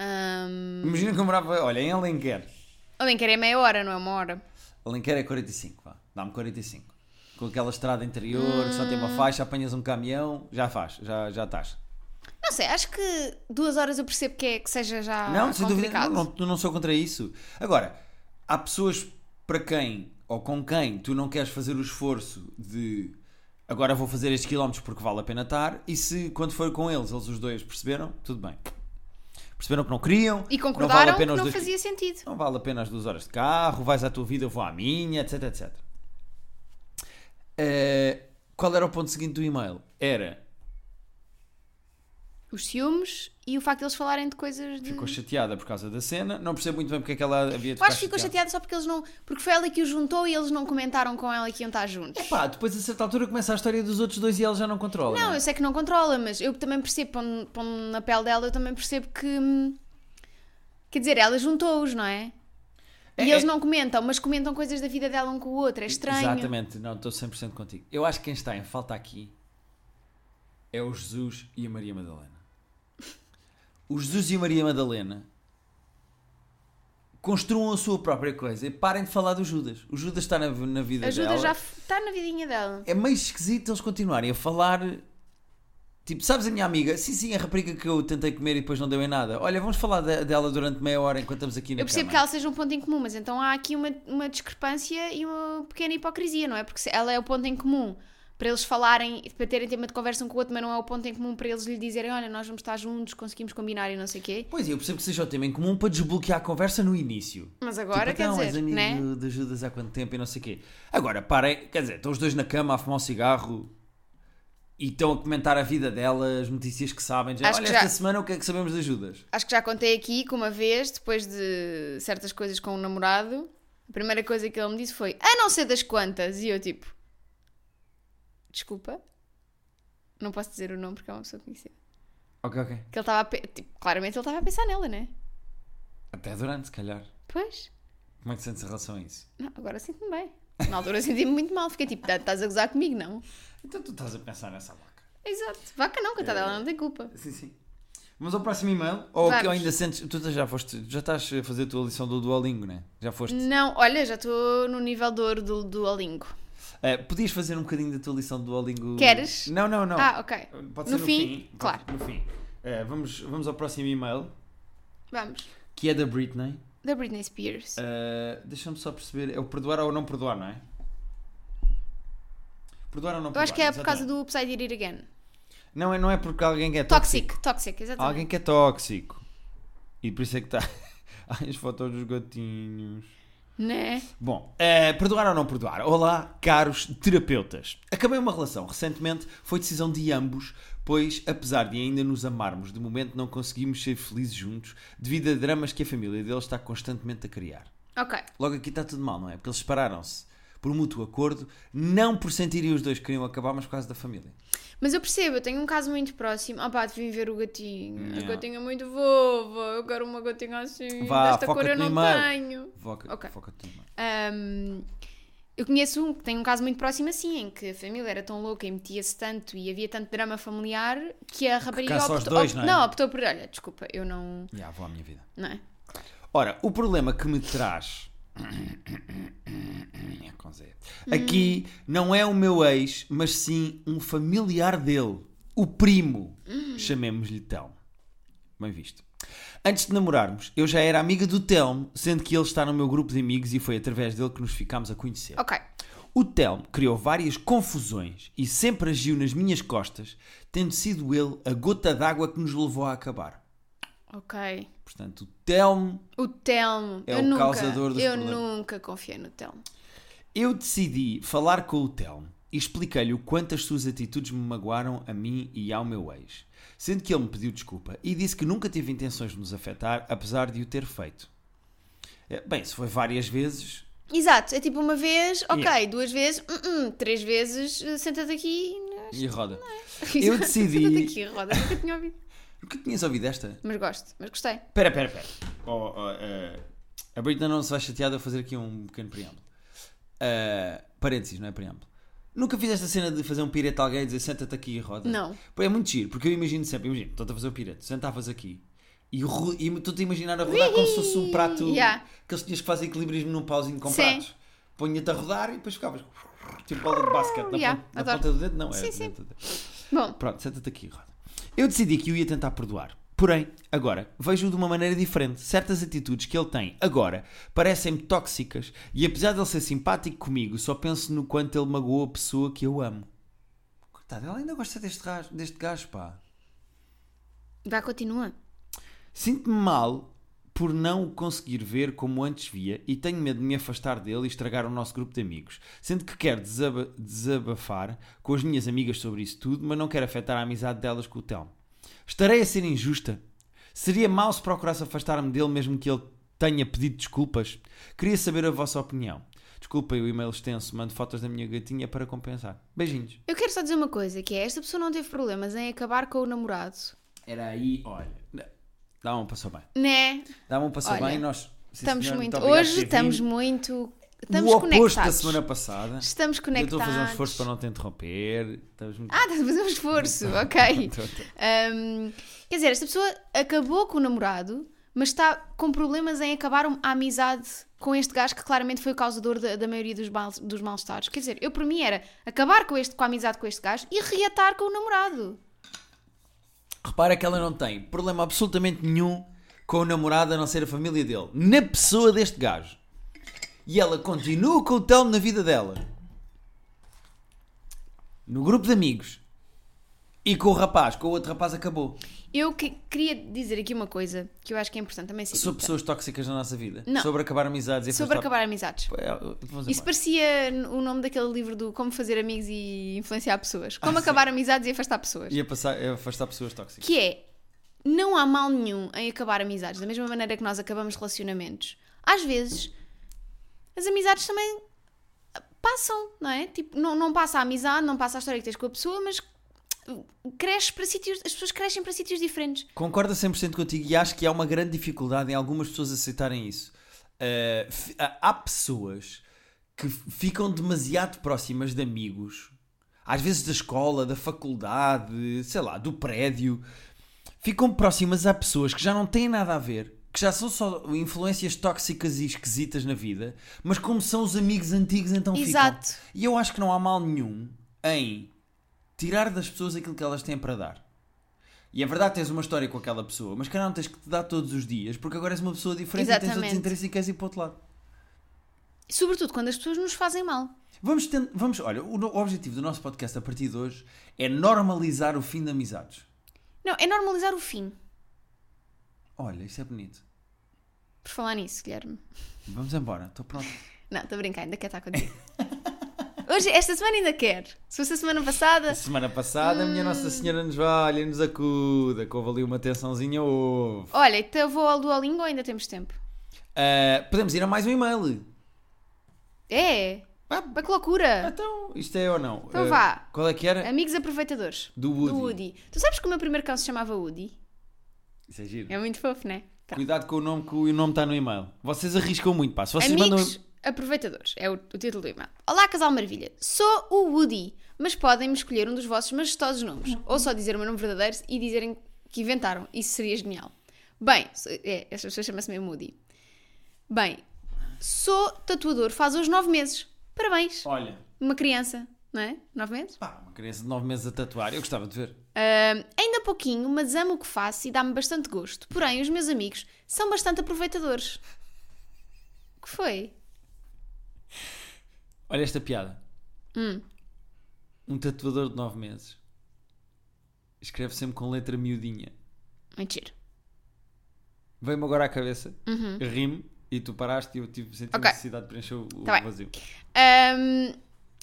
Speaker 2: Hum,
Speaker 1: Imagina que eu morava, olha, em Alenquer.
Speaker 2: Alenquer é meia hora, não é uma hora.
Speaker 1: Alenquer é 45, vá. Dá-me 45. Com aquela estrada interior, que só tem
Speaker 2: Ah.
Speaker 1: uma faixa, apanhas um caminhão, já faz, já, já estás.
Speaker 2: Não sei, acho que duas horas eu percebo que, é, que seja já
Speaker 1: Não, sem dúvida,
Speaker 2: é complicado.
Speaker 1: não, não, não sou contra isso. Agora, há pessoas para quem ou com quem tu não queres fazer o esforço de agora vou fazer estes quilómetros porque vale a pena estar, e se quando for com eles, eles os dois perceberam, tudo bem. Perceberam que não queriam,
Speaker 2: E
Speaker 1: não vale
Speaker 2: concordaram
Speaker 1: a pena
Speaker 2: que
Speaker 1: os
Speaker 2: não
Speaker 1: dois
Speaker 2: fazia sentido.
Speaker 1: não Então vale a pena as duas horas de carro, vais à tua vida, eu vou à minha, etc, etc. Eh, qual era o ponto seguinte do e-mail? Era,
Speaker 2: Os ciúmes e o facto de eles falarem de coisas de.
Speaker 1: ficou chateada por causa da cena, não percebo muito bem porque é que ela havia de
Speaker 2: Eu
Speaker 1: ficar
Speaker 2: acho que ficou chateada só porque eles não. Porque foi ela que o juntou e eles não comentaram com ela que iam estar juntos.
Speaker 1: Pá, depois a certa altura começa a história dos outros dois e ela já (laughs) não controla.
Speaker 2: Não,
Speaker 1: é?
Speaker 2: eu sei que não controla, mas eu que também percebo, pondo, pondo na pele dela, eu também percebo que. hum, Quer dizer, ela juntou-os, não é? E
Speaker 1: É,
Speaker 2: eles
Speaker 1: é-
Speaker 2: não comentam, mas comentam coisas da vida dela um com o outro, é estranho.
Speaker 1: Exatamente, não, estou 100% contigo. Eu acho que quem está em falta aqui é o Jesus e a Maria Madalena. O Jesus e a Maria Madalena construam a sua própria coisa e parem de falar do Judas. O Judas está na, na vida
Speaker 2: A Judas
Speaker 1: dela.
Speaker 2: já f- está na vidinha dela.
Speaker 1: É meio esquisito eles continuarem a falar. Tipo, sabes a minha amiga? Sim, sim, a rapariga que eu tentei comer e depois não deu em nada. Olha, vamos falar de- dela durante meia hora enquanto estamos aqui na
Speaker 2: Eu percebo que
Speaker 1: cama.
Speaker 2: ela seja um ponto em comum, mas então há aqui uma, uma discrepância e uma pequena hipocrisia, não é? Porque se ela é o ponto em comum para eles falarem, para terem tema de conversa um com o outro, mas não é o ponto em comum para eles lhe dizerem: olha, nós vamos estar juntos, conseguimos combinar e não sei o quê.
Speaker 1: Pois, eu percebo que seja o tema em comum para desbloquear a conversa no início.
Speaker 2: Mas agora,
Speaker 1: tipo,
Speaker 2: quer
Speaker 1: então, és
Speaker 2: dizer,
Speaker 1: amigo
Speaker 2: né?
Speaker 1: de Judas há quanto tempo e não sei o quê. Agora, parem, quer dizer, estão os dois na cama a fumar um cigarro e estão a comentar a vida dela, as notícias que sabem. Já,
Speaker 2: Acho
Speaker 1: olha,
Speaker 2: que já-
Speaker 1: esta semana o que é que sabemos de Judas?
Speaker 2: Acho que já contei aqui que uma vez, depois de certas coisas com o namorado, a primeira coisa que ele me disse foi a não ser das quantas. E eu, tipo, desculpa, não posso dizer o nome porque é uma pessoa conhecida.
Speaker 1: Ok, ok.
Speaker 2: Que ele estava a pe- tipo, claramente ele estava a pensar nela, né?
Speaker 1: Até durante, se calhar.
Speaker 2: Pois,
Speaker 1: Como é que te sentes em relação a isso?
Speaker 2: não, agora sinto-me bem. Na altura eu senti-me muito mal, fiquei tipo, "Tá- estás a gozar comigo, não?
Speaker 1: Então tu estás a pensar nessa vaca.
Speaker 2: Exato, vaca não, coitada, ela não tem culpa.
Speaker 1: Sim, sim. Vamos ao próximo e-mail? Ou que
Speaker 2: Vamos.
Speaker 1: ainda sentes. Tu já foste. Já estás a fazer a tua lição do Duolingo, né? Já foste.
Speaker 2: Não, olha, já estou no nível de ouro do, do Alingo.
Speaker 1: Eh, podias fazer um bocadinho da tua lição do Duolingo?
Speaker 2: Queres?
Speaker 1: Não, não, não.
Speaker 2: Ah, ok.
Speaker 1: Pode ser
Speaker 2: No
Speaker 1: no
Speaker 2: fim,
Speaker 1: fim. Pode-
Speaker 2: claro.
Speaker 1: No fim. Eh, vamos, vamos ao próximo e-mail,
Speaker 2: Vamos.
Speaker 1: que é da Britney.
Speaker 2: Da Britney Spears.
Speaker 1: Eh, Deixa-me só perceber. É o perdoar ou não perdoar, não é? Perdoar ou não
Speaker 2: Eu
Speaker 1: perdoar?
Speaker 2: acho que é por causa do Upside It Again.
Speaker 1: exatamente. Não, é- não é porque alguém que é tóxico.
Speaker 2: Tóxico,
Speaker 1: Há
Speaker 2: tóxico, exatamente.
Speaker 1: alguém que é tóxico. E por isso é que está. (laughs) Ai, as fotos dos gatinhos.
Speaker 2: Né?
Speaker 1: Bom, eh, perdoar ou não perdoar? Olá, caros terapeutas. Acabei uma relação recentemente, foi decisão de ambos, pois apesar de ainda nos amarmos, de momento não conseguimos ser felizes juntos devido a dramas que a família deles está constantemente a criar.
Speaker 2: Ok.
Speaker 1: Logo aqui está tudo mal, não é? Porque eles separaram-se por um mútuo acordo, não por sentirem os dois que queriam acabar, mas por causa da família.
Speaker 2: Mas eu percebo, eu tenho um caso muito próximo. Ah pá, devia ver o gatinho.
Speaker 1: Yeah.
Speaker 2: A gatinha é muito fofa. Eu quero uma gatinha assim.
Speaker 1: Vá,
Speaker 2: Desta cor
Speaker 1: foca-te
Speaker 2: eu não
Speaker 1: no e-mail.
Speaker 2: tenho.
Speaker 1: Foca,
Speaker 2: Ok.
Speaker 1: foca-te numa-
Speaker 2: Ahm, eu conheço um que tem um caso muito próximo assim, em que a família era tão louca e metia-se tanto e havia tanto drama familiar que a rapariga
Speaker 1: caça aos dois,
Speaker 2: opt-
Speaker 1: não é?
Speaker 2: não, optou por, olha, desculpa, eu não...
Speaker 1: Já, vou à minha vida.
Speaker 2: Não é?
Speaker 1: Ora, o problema que me traz. (coughs) É com Z. Aqui não é o meu ex, mas sim um familiar dele, o primo. Chamemos-lhe Telmo. Bem visto. Antes de namorarmos, eu já era amiga do Telmo, sendo que ele está no meu grupo de amigos e foi através dele que nos ficámos a conhecer.
Speaker 2: Ok.
Speaker 1: O Telmo criou várias confusões e sempre agiu nas minhas costas, tendo sido ele a gota d'água que nos levou a acabar.
Speaker 2: Ok.
Speaker 1: Portanto, o Telmo
Speaker 2: O Telmo.
Speaker 1: É
Speaker 2: eu
Speaker 1: o
Speaker 2: nunca,
Speaker 1: causador dos
Speaker 2: Eu
Speaker 1: problemas.
Speaker 2: nunca confiei no Telmo.
Speaker 1: Eu decidi falar com o Telmo e expliquei-lhe o quanto as suas atitudes me magoaram a mim e ao meu ex. Sendo que ele me pediu desculpa e disse que nunca teve intenções de nos afetar, apesar de o ter feito. Eh, Bem, se foi várias vezes.
Speaker 2: Exato, é tipo uma vez, ok,
Speaker 1: Yeah.
Speaker 2: duas vezes, hum, hum, três vezes, eh, senta-te aqui. né?
Speaker 1: E roda. Eu
Speaker 2: Exato,
Speaker 1: decidi-
Speaker 2: (laughs) Senta-te aqui, roda, nunca tinha ouvido.
Speaker 1: Nunca tinhas ouvido esta?
Speaker 2: Mas gosto, mas gostei.
Speaker 1: Pera, pera, pera. Oh, oh, eh, a Britney não se vai chatear de eu fazer aqui um pequeno preâmbulo. Eh, parênteses, não é preâmbulo. Nunca fiz esta cena de fazer um pirete a alguém e dizer senta-te aqui e roda?
Speaker 2: Não.
Speaker 1: Pô, É muito giro, porque eu imagino sempre, imagino, estou-te a fazer o pirete, sentavas aqui e ro- e estou-te a imaginar a rodar como se fosse um prato
Speaker 2: Yeah.
Speaker 1: que eles tinhas que fazer equilibrismo num pauzinho com
Speaker 2: Sim.
Speaker 1: pratos. Ponha-te a rodar e depois ficavas tipo bola de basquete na,
Speaker 2: Yeah,
Speaker 1: ponta, na
Speaker 2: adoro.
Speaker 1: ponta do dedo, não é?
Speaker 2: Sim, sim.
Speaker 1: dentro do dedo.
Speaker 2: Bom,
Speaker 1: Pronto, senta-te aqui, Roda. Eu decidi que o ia tentar perdoar. Porém, agora, vejo-o de uma maneira diferente. Certas atitudes que ele tem agora parecem-me tóxicas e apesar de ele ser simpático comigo, só penso no quanto ele magoou a pessoa que eu amo. Coitado, ela ainda gosta deste, ras- deste gajo, pá.
Speaker 2: vá, continua.
Speaker 1: Sinto-me mal por não o conseguir ver como antes via e tenho medo de me afastar dele e estragar o nosso grupo de amigos. Sendo que quero desaba- desabafar com as minhas amigas sobre isso tudo, mas não quero afetar a amizade delas com o Telmo. Estarei a ser injusta? Seria mau se procurasse afastar-me dele mesmo que ele tenha pedido desculpas? Queria saber a vossa opinião. Desculpem o e-mail extenso, mando fotos da minha gatinha para compensar. Beijinhos.
Speaker 2: Eu quero só dizer uma coisa, que é, esta pessoa não teve problemas em acabar com o namorado.
Speaker 1: Era aí, olha. Dá um passou bem.
Speaker 2: Né?
Speaker 1: Dá um passou
Speaker 2: Olha,
Speaker 1: bem, nós. Sim,
Speaker 2: estamos
Speaker 1: senhor,
Speaker 2: muito...
Speaker 1: obrigado por
Speaker 2: Hoje
Speaker 1: ter
Speaker 2: estamos
Speaker 1: vindo.
Speaker 2: muito... Estamos
Speaker 1: o oposto da
Speaker 2: conectados.
Speaker 1: semana passada.
Speaker 2: Estamos
Speaker 1: Eu
Speaker 2: conectados.
Speaker 1: estou a fazer um esforço para não te interromper. Estamos muito...
Speaker 2: Ah, estás a fazer um esforço, ok.
Speaker 1: (laughs) Estou, estou.
Speaker 2: Hum, quer dizer, esta pessoa acabou com o namorado, mas está com problemas em acabar a amizade com este gajo que claramente foi o causador da, da maioria dos, mal, dos mal-estados. Quer dizer, eu para mim era acabar com, este, com a amizade com este gajo e reatar com o namorado.
Speaker 1: Repara que ela não tem problema absolutamente nenhum com o namorado a não ser a família dele. Na pessoa deste gajo. E ela continua com o Telmo na vida dela. no grupo de amigos e com o rapaz, com o outro rapaz acabou.
Speaker 2: Eu que- queria dizer aqui uma coisa que eu acho que é importante também ser
Speaker 1: Sobre
Speaker 2: dita.
Speaker 1: pessoas tóxicas na nossa vida.
Speaker 2: Não.
Speaker 1: Sobre acabar amizades e
Speaker 2: Sobre
Speaker 1: afastar-
Speaker 2: acabar amizades.
Speaker 1: É, vamos
Speaker 2: Isso
Speaker 1: embora.
Speaker 2: parecia n- o nome daquele livro do Como Fazer Amigos e Influenciar Pessoas. Como acabar amizades e afastar pessoas.
Speaker 1: E a passar- a afastar pessoas tóxicas.
Speaker 2: Que é, não há mal nenhum em acabar amizades, da mesma maneira que nós acabamos relacionamentos. Às vezes, as amizades também passam, não é? Tipo, não, não passa a amizade, não passa a história que tens com a pessoa, mas cresces para sítios, as pessoas crescem para sítios diferentes.
Speaker 1: Concordo 100% contigo e acho que há uma grande dificuldade em algumas pessoas aceitarem isso. Uh, fi- há- há pessoas que f- ficam demasiado próximas de amigos, às vezes da escola, da faculdade, sei lá, do prédio. Ficam próximas a pessoas que já não têm nada a ver, que já são só influências tóxicas e esquisitas na vida, mas como são os amigos antigos, então
Speaker 2: Exato.
Speaker 1: ficam. E eu acho que não há mal nenhum em tirar das pessoas aquilo que elas têm para dar. E é verdade, tens uma história com aquela pessoa, mas caramba, tens que te dar todos os dias, porque agora és uma pessoa diferente e tens outros
Speaker 2: Exatamente.
Speaker 1: interesses e queres ir para o outro lado.
Speaker 2: Sobretudo quando as pessoas nos fazem mal.
Speaker 1: Vamos, ten- vamos olha, o, no- o objetivo do nosso podcast a partir de hoje é normalizar o fim de amizades.
Speaker 2: Não, é normalizar o fim.
Speaker 1: Olha, isso é bonito.
Speaker 2: Por falar nisso, Guilherme.
Speaker 1: Vamos embora, estou pronto.
Speaker 2: Não, estou a brincar, ainda quer
Speaker 1: (laughs)
Speaker 2: estar contigo. Hoje, esta semana ainda quer. Se fosse a semana passada,
Speaker 1: Semana passada a minha Nossa Senhora nos valha e nos acuda, que houve ali uma tensãozinha, houve.
Speaker 2: olha, então vou ao Duolingo ou ainda temos tempo?
Speaker 1: Ah, podemos ir a mais um e-mail.
Speaker 2: É!
Speaker 1: Ah,
Speaker 2: Pá, que loucura!
Speaker 1: Então, isto é ou não?
Speaker 2: Então
Speaker 1: Ah,
Speaker 2: vá.
Speaker 1: Qual é que era?
Speaker 2: Amigos aproveitadores.
Speaker 1: Do Woody.
Speaker 2: Tu sabes que o meu primeiro cão se chamava Woody?
Speaker 1: Isso é giro.
Speaker 2: É muito fofo, não é? Pronto.
Speaker 1: Cuidado com o nome, que o nome está no e-mail. Vocês arriscam muito, pá. Se vocês mandam. um
Speaker 2: Amigos aproveitadores. É o, o título do e-mail. Olá, casal maravilha. Sou o Woody, mas podem-me escolher um dos vossos majestosos nomes. Ou só dizer o meu nome verdadeiro e dizerem que inventaram. Isso seria genial. Bem, sou- é, esta pessoa chama-se mesmo Woody. Bem, sou tatuador faz hoje nove meses. Parabéns.
Speaker 1: Olha,
Speaker 2: Uma criança, não é? Nove meses?
Speaker 1: pá, uma criança de 9 meses a tatuar, eu gostava de ver.
Speaker 2: Ahm, ainda pouquinho, mas amo o que faço e dá-me bastante gosto. Porém, os meus amigos são bastante aproveitadores. O que foi?
Speaker 1: Olha esta piada.
Speaker 2: Hum.
Speaker 1: Um tatuador de 9 meses escreve sempre com letra miudinha.
Speaker 2: Mentira.
Speaker 1: Veio-me agora à cabeça, rime e tu paraste e eu tive senti
Speaker 2: Uhum. Ok.
Speaker 1: necessidade de preencher o, o
Speaker 2: Tá bem.
Speaker 1: vazio.
Speaker 2: Ahm,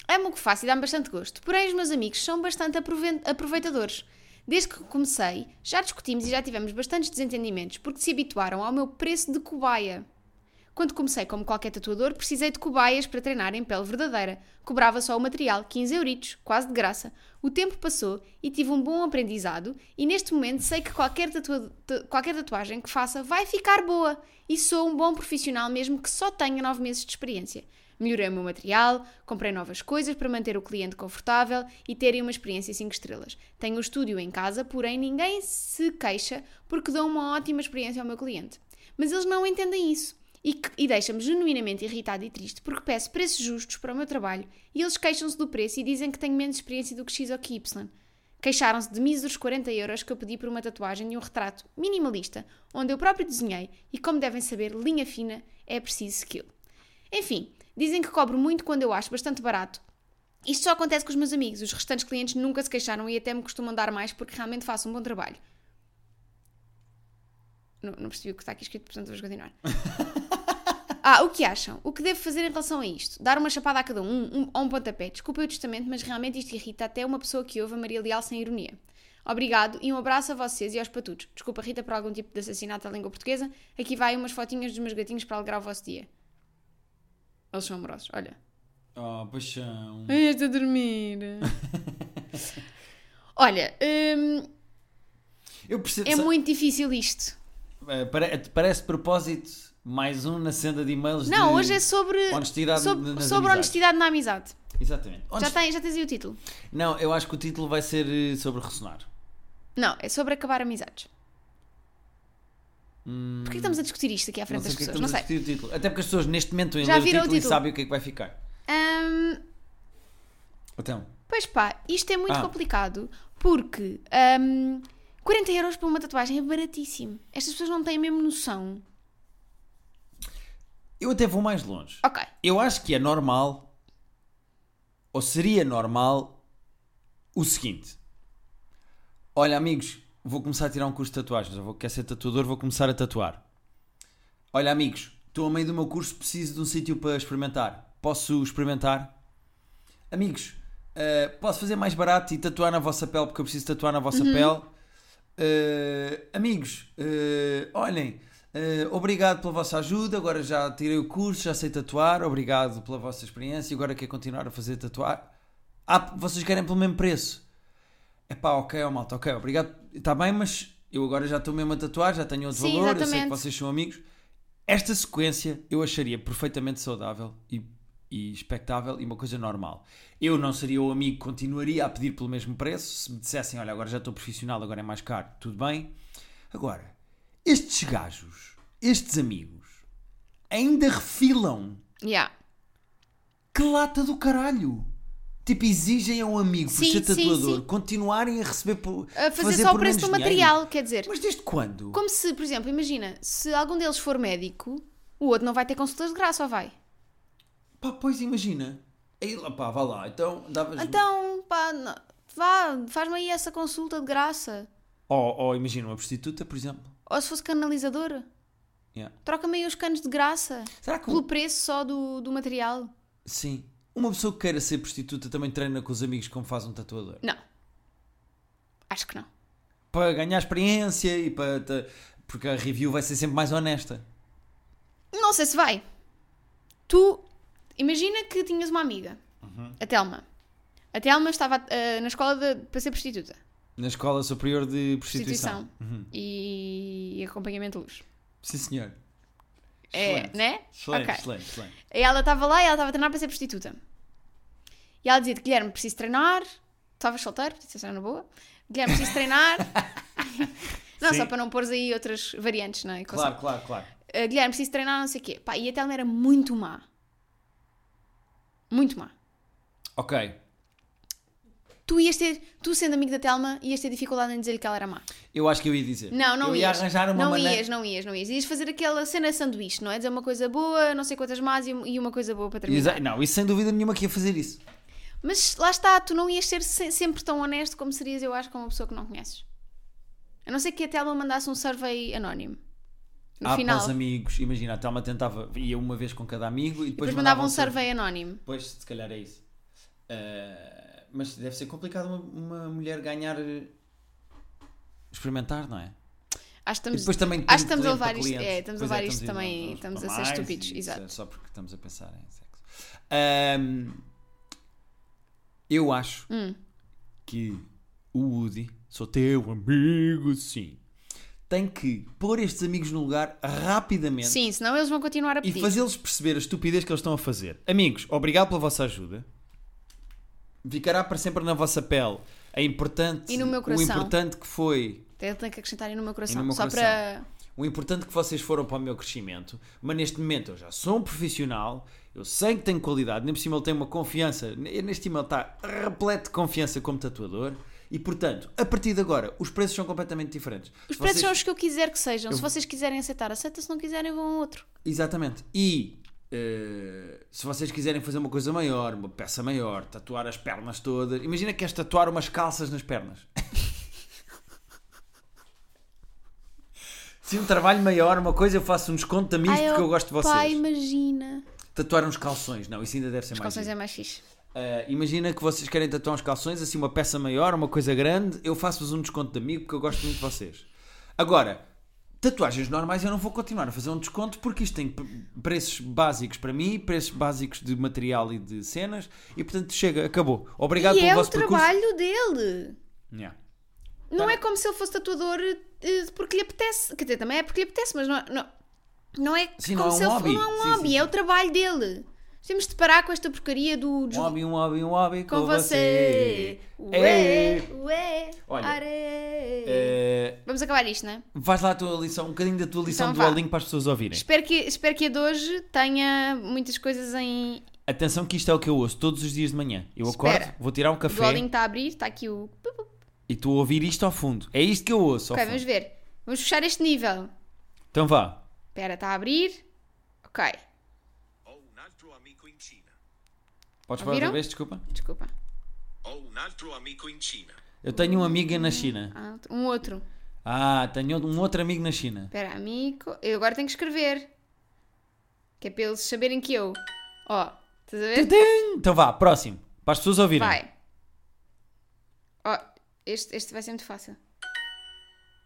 Speaker 2: amo o que faço e dá-me bastante gosto. Porém, os meus amigos são bastante aprove- aproveitadores. Desde que comecei, já discutimos e já tivemos bastantes desentendimentos porque se habituaram ao meu preço de cobaia. Quando comecei como qualquer tatuador, precisei de cobaias para treinar em pele verdadeira. Cobrava só o material, 15 euritos, quase de graça. O tempo passou e tive um bom aprendizado e neste momento sei que qualquer, tatua- ta- qualquer tatuagem que faça vai ficar boa. E sou um bom profissional mesmo que só tenha 9 meses de experiência. Melhorei o meu material, comprei novas coisas para manter o cliente confortável e terem uma experiência 5 estrelas. Tenho o estúdio em casa, porém ninguém se queixa porque dou uma ótima experiência ao meu cliente. Mas eles não entendem isso e, que- e deixa-me genuinamente irritada e triste porque peço preços justos para o meu trabalho e eles queixam-se do preço e dizem que tenho menos experiência do que X ou que Y. Queixaram-se de míseros 40 euros que eu pedi por uma tatuagem e um retrato minimalista, onde eu próprio desenhei e, como devem saber, linha fina é preciso skill. Enfim, dizem que cobro muito quando eu acho bastante barato. Isto só acontece com os meus amigos, os restantes clientes nunca se queixaram e até me costumam dar mais porque realmente faço um bom trabalho. Não, não percebi o que está aqui escrito, portanto vamos continuar. Ah, o que acham? O que devo fazer em relação a isto? Dar uma chapada a cada um, um ou um pontapé? Desculpem o testamento, mas realmente isto irrita até uma pessoa que ouve a Maria Leal sem ironia. Obrigado e um abraço a vocês e aos patutos. Desculpa, Rita, por algum tipo de assassinato à língua portuguesa. Aqui vai umas fotinhas dos meus gatinhos para alegrar o vosso dia. Eles são amorosos, olha.
Speaker 1: Oh, paixão.
Speaker 2: Ai, estou a dormir. (laughs) olha, hum,
Speaker 1: Eu percebo.
Speaker 2: é
Speaker 1: sa-
Speaker 2: muito difícil isto.
Speaker 1: eh, pare- Parece propósito mais um na senda de e-mails.
Speaker 2: Não,
Speaker 1: de-
Speaker 2: hoje é sobre
Speaker 1: honestidade
Speaker 2: sobre,
Speaker 1: nas
Speaker 2: sobre
Speaker 1: amizades.
Speaker 2: honestidade na amizade.
Speaker 1: Exatamente.
Speaker 2: é- Já, tá-
Speaker 1: Honest-
Speaker 2: tem, já tens aí o título.
Speaker 1: Não, eu acho que o título vai ser eh, sobre ressonar.
Speaker 2: Não, é sobre acabar amizades.
Speaker 1: Hum,
Speaker 2: Porquê que estamos a discutir isto aqui à frente das
Speaker 1: porque é que
Speaker 2: pessoas? Não
Speaker 1: estamos a
Speaker 2: sei.
Speaker 1: discutir o título. Até porque as pessoas neste momento em
Speaker 2: Já
Speaker 1: ler o
Speaker 2: viram o
Speaker 1: título, e
Speaker 2: título?
Speaker 1: sabem o que é que vai ficar.
Speaker 2: Hum,
Speaker 1: Então,
Speaker 2: pois pá, isto é muito
Speaker 1: Ah.
Speaker 2: complicado porque hum, 40 euros por uma tatuagem é baratíssimo. Estas pessoas não têm mesmo noção.
Speaker 1: eu até vou mais longe.
Speaker 2: Ok.
Speaker 1: Eu acho que é normal, ou seria normal, o seguinte: Olha, amigos, vou começar a tirar um curso de tatuagens. Eu vou, quero ser tatuador, vou começar a tatuar. Olha, amigos, estou a meio do meu curso, preciso de um sítio para experimentar. Posso experimentar? Amigos, eh, posso fazer mais barato e tatuar na vossa pele porque eu preciso tatuar na vossa
Speaker 2: Uhum.
Speaker 1: pele. Eh, amigos, eh, olhem, eh, obrigado pela vossa ajuda. Agora já tirei o curso, já sei tatuar. Obrigado pela vossa experiência. E agora quero continuar a fazer tatuar. Ah, vocês querem pelo mesmo preço? É pá, ok, ó malta, ok, obrigado. Está bem, mas eu agora já estou mesmo a tatuar, já tenho outro
Speaker 2: Sim,
Speaker 1: valor, eu sei que
Speaker 2: exatamente.
Speaker 1: vocês são amigos. Esta sequência eu acharia perfeitamente saudável e, e expectável e uma coisa normal. Eu não seria o amigo que continuaria a pedir pelo mesmo preço. Se me dissessem, olha, agora já estou profissional, agora é mais caro, tudo bem. Agora, estes gajos, estes amigos, ainda refilam
Speaker 2: Yeah.
Speaker 1: que lata do caralho! Tipo, exigem a um amigo, por
Speaker 2: Sim,
Speaker 1: ser
Speaker 2: sim,
Speaker 1: tatuador,
Speaker 2: sim.
Speaker 1: continuarem a receber por.
Speaker 2: A fazer,
Speaker 1: fazer
Speaker 2: só o
Speaker 1: por
Speaker 2: preço do
Speaker 1: menos
Speaker 2: material,
Speaker 1: dinheiro.
Speaker 2: quer dizer.
Speaker 1: Mas desde quando?
Speaker 2: Como se, por exemplo, imagina, se algum deles for médico, o outro não vai ter consultas de graça, ou vai?
Speaker 1: Pá, pois imagina. Aí lá, pá, vá lá. Então, davas.
Speaker 2: Então, pá, não- vá, faz-me aí essa consulta de graça.
Speaker 1: Ou, ou imagina uma prostituta, por exemplo.
Speaker 2: Ou se fosse canalizador,
Speaker 1: Yeah.
Speaker 2: troca-me aí os canos de graça.
Speaker 1: Será que. um
Speaker 2: Pelo preço só do, do material.
Speaker 1: Sim. Uma pessoa que queira ser prostituta também treina com os amigos como faz um tatuador.
Speaker 2: Não. Acho que não.
Speaker 1: Para ganhar experiência e para. te- Porque a review vai ser sempre mais honesta.
Speaker 2: Não sei se vai. Tu imagina que tinhas uma amiga,
Speaker 1: Uhum.
Speaker 2: a Telma. A Telma estava ah, na escola de- para ser prostituta.
Speaker 1: Na Escola Superior de Prostituição. Uhum.
Speaker 2: Prostituição. E, e acompanhamento de luz.
Speaker 1: Sim, senhor.
Speaker 2: É,
Speaker 1: Excelente.
Speaker 2: né?
Speaker 1: Excelente,
Speaker 2: Ok.
Speaker 1: excelente, excelente.
Speaker 2: E ela estava lá e ela estava a treinar para ser prostituta. E ela dizia: Guilherme, preciso treinar. Estavas solteiro, podia ser na boa. Guilherme, preciso
Speaker 1: (laughs)
Speaker 2: treinar. não,
Speaker 1: Sim.
Speaker 2: só para não pôres aí outras variantes é? na equação.
Speaker 1: Claro, claro, claro.
Speaker 2: "Ah, Guilherme, preciso treinar, não sei o quê. Pá, e a Telma era muito má. Muito má.
Speaker 1: Ok.
Speaker 2: Tu ias ter, tu sendo amigo da Telma, ias ter dificuldade em dizer-lhe que ela era má.
Speaker 1: Eu acho que eu ia dizer.
Speaker 2: Não, não
Speaker 1: eu ia
Speaker 2: ias.
Speaker 1: arranjar uma
Speaker 2: não
Speaker 1: maneira.
Speaker 2: ias, não ias, não ias. Ias fazer aquela cena sanduíche, não é? Dizer uma coisa boa, não sei quantas más e e uma coisa boa para terminar.
Speaker 1: Exa- Não, isso sem dúvida nenhuma que ia fazer isso.
Speaker 2: Mas lá está, tu não ias ser se- sempre tão honesto como serias, eu acho, com uma pessoa que não conheces. A não ser que a Telma mandasse um survey anónimo. No
Speaker 1: ah,
Speaker 2: final.
Speaker 1: para os amigos, imagina, a Telma tentava, ia uma vez com cada amigo e depois,
Speaker 2: Depois mandava um
Speaker 1: mandavam-
Speaker 2: survey anónimo.
Speaker 1: Pois, se calhar é isso. Ah, mas deve ser complicado uma, uma mulher ganhar. eh, experimentar, não é?
Speaker 2: Acho que
Speaker 1: E
Speaker 2: estamos,
Speaker 1: depois também
Speaker 2: acho
Speaker 1: tem
Speaker 2: que estamos a
Speaker 1: cliente para
Speaker 2: levar isto,
Speaker 1: cliente.
Speaker 2: é, estamos a
Speaker 1: Pois
Speaker 2: levar isto
Speaker 1: estamos
Speaker 2: também,
Speaker 1: vamos
Speaker 2: estamos a
Speaker 1: para
Speaker 2: ser
Speaker 1: mais
Speaker 2: estúpidos,
Speaker 1: e isso é
Speaker 2: exato.
Speaker 1: Só porque estamos a pensar em sexo. Ahm, eu acho
Speaker 2: Hum.
Speaker 1: que o Woody, sou teu amigo, sim, tem que pôr estes amigos no lugar rapidamente
Speaker 2: Sim, senão eles vão continuar a
Speaker 1: e
Speaker 2: pedir.
Speaker 1: fazê-los perceber a estupidez que eles estão a fazer. Amigos, obrigado pela vossa ajuda. Ficará para sempre na vossa pele a importante,
Speaker 2: E no meu
Speaker 1: o
Speaker 2: coração.
Speaker 1: importante que foi
Speaker 2: Ele tem que acrescentar aí no meu coração.
Speaker 1: E no meu
Speaker 2: só
Speaker 1: coração.
Speaker 2: para.
Speaker 1: O importante é que vocês foram para o meu crescimento, mas neste momento eu já sou um profissional, eu sei que tenho qualidade, nem por cima ele tem uma confiança, neste e-mail está repleto de confiança como tatuador, e portanto, a partir de agora, os preços são completamente diferentes.
Speaker 2: Os preços são os que eu quiser que sejam. Se vocês quiserem aceitar, aceita. Se não quiserem, vão a outro.
Speaker 1: Exatamente. E eh, se vocês quiserem fazer uma coisa maior, uma peça maior, tatuar as pernas todas, imagina que queres tatuar umas calças nas pernas. (laughs) Se um trabalho maior, uma coisa, eu faço um desconto de amigos
Speaker 2: Ai,
Speaker 1: porque eu
Speaker 2: oh,
Speaker 1: gosto de vocês.
Speaker 2: Pá, imagina.
Speaker 1: Tatuar uns calções, não, isso ainda deve ser
Speaker 2: Os
Speaker 1: mais.
Speaker 2: calções
Speaker 1: giro.
Speaker 2: é mais fixe.
Speaker 1: Ah, imagina que vocês querem tatuar uns calções, assim uma peça maior, uma coisa grande, eu faço-vos um desconto de amigo porque eu gosto muito de vocês. Agora, tatuagens normais eu não vou continuar a fazer um desconto porque isto tem pre- preços básicos para mim, preços básicos de material e de cenas, e portanto chega, acabou. Obrigado
Speaker 2: e
Speaker 1: pelo
Speaker 2: é o
Speaker 1: vosso percurso. Tá.
Speaker 2: trabalho dele.
Speaker 1: Yeah.
Speaker 2: Não é como se ele fosse tatuador eh, porque lhe apetece. Quer dizer, também é porque lhe apetece, mas não é. Não, não é
Speaker 1: Sim,
Speaker 2: como
Speaker 1: não é
Speaker 2: se
Speaker 1: um
Speaker 2: ele
Speaker 1: hobby.
Speaker 2: Não é um
Speaker 1: Sim,
Speaker 2: hobby,
Speaker 1: sim,
Speaker 2: é o trabalho dele. Temos de parar com esta porcaria do.
Speaker 1: Um hobby, um hobby, um hobby com, É.
Speaker 2: com você. Ué,
Speaker 1: Ei.
Speaker 2: ué,
Speaker 1: Olha,
Speaker 2: are.
Speaker 1: Eh,
Speaker 2: Vamos acabar isto, não é?
Speaker 1: vais lá a tua lição, um bocadinho da tua lição
Speaker 2: Então
Speaker 1: do
Speaker 2: vá.
Speaker 1: Olinho para as pessoas ouvirem.
Speaker 2: Espero que, espero que a de hoje tenha muitas coisas em.
Speaker 1: Atenção que isto é o que eu ouço todos os dias de manhã. Eu acordo,
Speaker 2: Espera.
Speaker 1: vou tirar um
Speaker 2: O
Speaker 1: café
Speaker 2: Duolingo está a abrir, está aqui o.
Speaker 1: e estou a ouvir isto ao fundo. É isto que eu ouço. ao
Speaker 2: Ok,
Speaker 1: fundo.
Speaker 2: vamos ver. Vamos fechar este nível.
Speaker 1: Então vá.
Speaker 2: Espera, está a abrir. Ok,
Speaker 3: Ho un altro amico in Cina.
Speaker 1: Podes falar
Speaker 2: Ouviram?
Speaker 1: outra vez, desculpa.
Speaker 2: desculpa.
Speaker 3: Ho un altro amico in Cina.
Speaker 1: Eu tenho uma amiga na China.
Speaker 2: Ah, Um outro.
Speaker 1: Ah, tenho um outro amigo na China.
Speaker 2: Espera, amigo. Eu agora tenho que escrever. Que é para eles saberem que eu. Ó, estás a ver?
Speaker 1: Tudum! Então vá, próximo. Para as pessoas ouvirem.
Speaker 2: Vai. Ó, este, este vai ser muito fácil.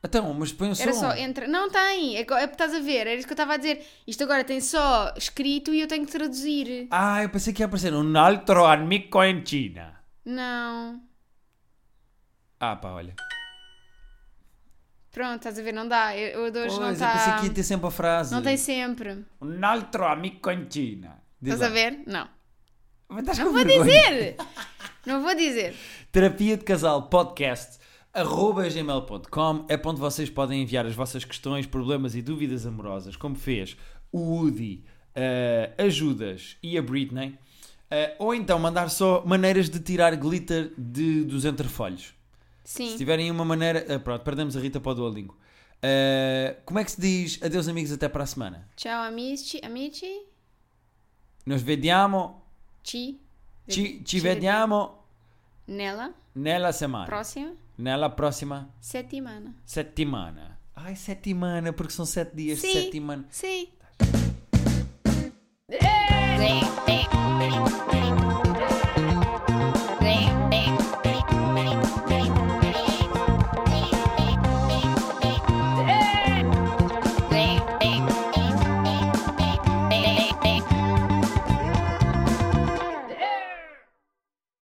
Speaker 1: Então, mas põe o som.
Speaker 2: Era só, entra. Não tem, é que é que estás a ver, era isso que eu estava a dizer. Isto agora tem só escrito e eu tenho que traduzir.
Speaker 1: Ah, eu pensei que ia aparecer um altro amigo em China.
Speaker 2: Não.
Speaker 1: Ah pá, olha.
Speaker 2: Pronto, estás a ver, não dá. Eu, eu de hoje não
Speaker 1: Pois, eu pensei
Speaker 2: está.
Speaker 1: que ia ter sempre a frase.
Speaker 2: Não tem sempre.
Speaker 1: Um altro amigo em China. Diz
Speaker 2: Estás
Speaker 1: lá.
Speaker 2: a ver?
Speaker 1: (laughs)
Speaker 2: Não.
Speaker 1: Mas estás
Speaker 2: Não
Speaker 1: com
Speaker 2: vou
Speaker 1: vergonha.
Speaker 2: dizer! Não vou dizer.
Speaker 1: terapia de casal podcast arroba gmail.com é para onde vocês podem enviar as vossas questões, problemas e dúvidas amorosas, como fez o Woody, eh, a Judas e a Britney, Eh, ou então mandar só maneiras de tirar glitter de, dos entrefolhos. Se
Speaker 2: Sim.
Speaker 1: tiverem uma maneira. ah, pronto, perdemos a Rita para o Duolingo. Eh, como é que se diz adeus, amigos, até para a semana?
Speaker 2: Tchau, amici. Amici?
Speaker 1: Nos vediamo,
Speaker 2: Ci.
Speaker 1: ci, ci
Speaker 2: Ci vediamo.
Speaker 1: vediamo
Speaker 2: Nela.
Speaker 1: nella semana.
Speaker 2: Próxima.
Speaker 1: Nella próxima
Speaker 2: Settimana.
Speaker 1: Settimana. Ai, settimana, porque são sete dias.
Speaker 2: Sim.
Speaker 1: Settimana.
Speaker 2: Sim.